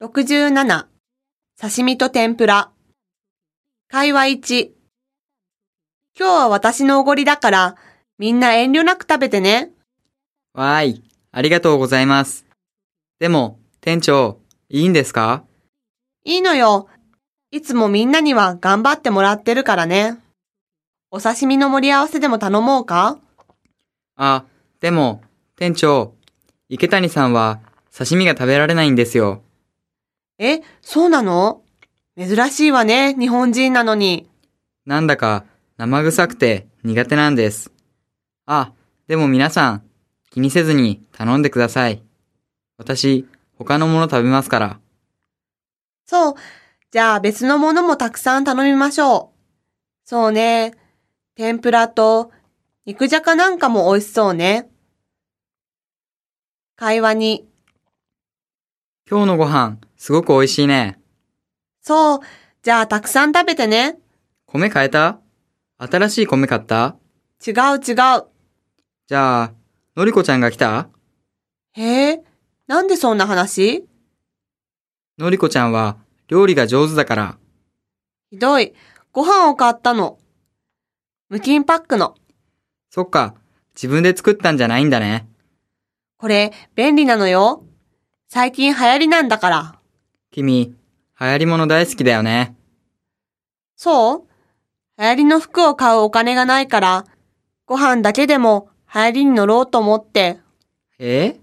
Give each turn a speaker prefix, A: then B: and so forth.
A: 67. 刺身と天ぷら。会話1。今日は私のおごりだから、みんな遠慮なく食べてね。
B: わーい、ありがとうございます。でも、店長、いいんですか
A: いいのよ。いつもみんなには頑張ってもらってるからね。お刺身の盛り合わせでも頼もうか
B: あ、でも、店長、池谷さんは刺身が食べられないんですよ。
A: え、そうなの珍しいわね、日本人なのに。
B: なんだか生臭くて苦手なんです。あ、でも皆さん、気にせずに頼んでください。私、他のもの食べますから。
A: そう。じゃあ別のものもたくさん頼みましょう。そうね。天ぷらと肉じゃがなんかも美味しそうね。会話に。
B: 今日のご飯、すごく美味しいね。
A: そう。じゃあたくさん食べてね。
B: 米買えた新しい米買った
A: 違う違う。
B: じゃあ、のりこちゃんが来た
A: へえ。なんでそんな話
B: のりこちゃんは料理が上手だから。
A: ひどい。ご飯を買ったの。無菌パックの。
B: そっか、自分で作ったんじゃないんだね。
A: これ便利なのよ。最近流行りなんだから。
B: 君、流行り物大好きだよね。
A: そう流行りの服を買うお金がないから、ご飯だけでも流行りに乗ろうと思って、
B: え